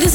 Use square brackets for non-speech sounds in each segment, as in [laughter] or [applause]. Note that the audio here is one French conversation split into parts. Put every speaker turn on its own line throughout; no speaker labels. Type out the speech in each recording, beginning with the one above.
this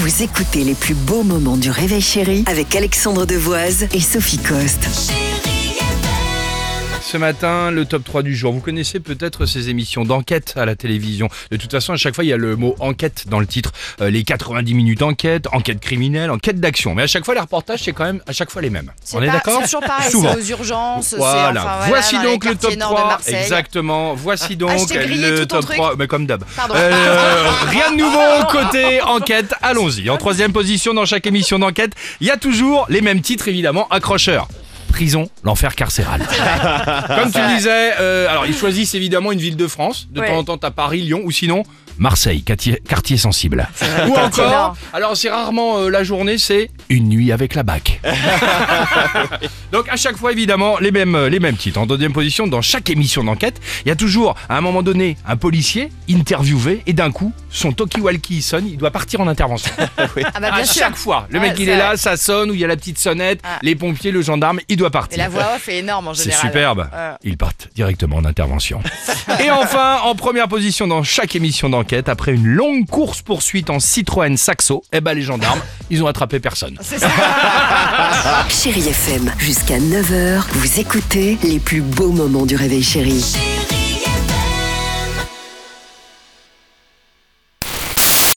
Vous écoutez les plus beaux moments du réveil chéri avec Alexandre Devoise et Sophie Coste.
Ce matin, le top 3 du jour. Vous connaissez peut-être ces émissions d'enquête à la télévision. De toute façon, à chaque fois, il y a le mot enquête dans le titre. Euh, les 90 minutes enquête, enquête criminelle, enquête d'action. Mais à chaque fois, les reportages, c'est quand même à chaque fois les mêmes.
C'est
On est
pas-
d'accord
C'est toujours pareil, c'est
Souvent.
aux urgences. c'est-
Voilà.
enfin, voilà,
Voici
dans les
donc le
quartiers
top
nord de
3.
Marseille.
Exactement. Voici donc
Ah, je t'ai grillé
le
tout ton
top
truc.
3. Mais comme d'hab.
Pardon.
Euh, rien de
[laughs]
nouveau côté enquête. Allons-y. En troisième position dans chaque émission d'enquête, il y a toujours les mêmes titres évidemment. Accrocheur. Prison, l'enfer carcéral. Comme tu le disais, euh, alors ils choisissent évidemment une ville de France. De
Ouais.
temps en temps, t'as Paris, Lyon ou sinon Marseille, quartier, quartier sensible. Ou
Quartier
encore,
nord.
alors c'est rarement euh, la journée, c'est une nuit avec la
[laughs]
BAC. Donc à chaque fois évidemment les mêmes, euh, les mêmes titres. En deuxième position, dans chaque émission d'enquête, il y a toujours à un moment donné un policier interviewé et d'un coup son talkie-walkie sonne, il doit partir en
[laughs]
intervention.
Ah bah
à
bien sûr.
chaque fois, le
Ouais,
mec il
c'est
est
vrai.
là, ça sonne ou il y a la petite sonnette,
Ah.
les pompiers, le gendarme, il doit partir.
Et la voix off est énorme en
C'est
général.
superbe.
Euh,
Ils partent directement en intervention. [laughs] Et enfin, en première position dans chaque émission d'enquête, après une longue course-poursuite en Citroën Saxo, eh ben les gendarmes, ils ont attrapé personne.
c'est ça.
Chérie FM, jusqu'à 9h, vous écoutez les plus beaux moments du réveil chéri.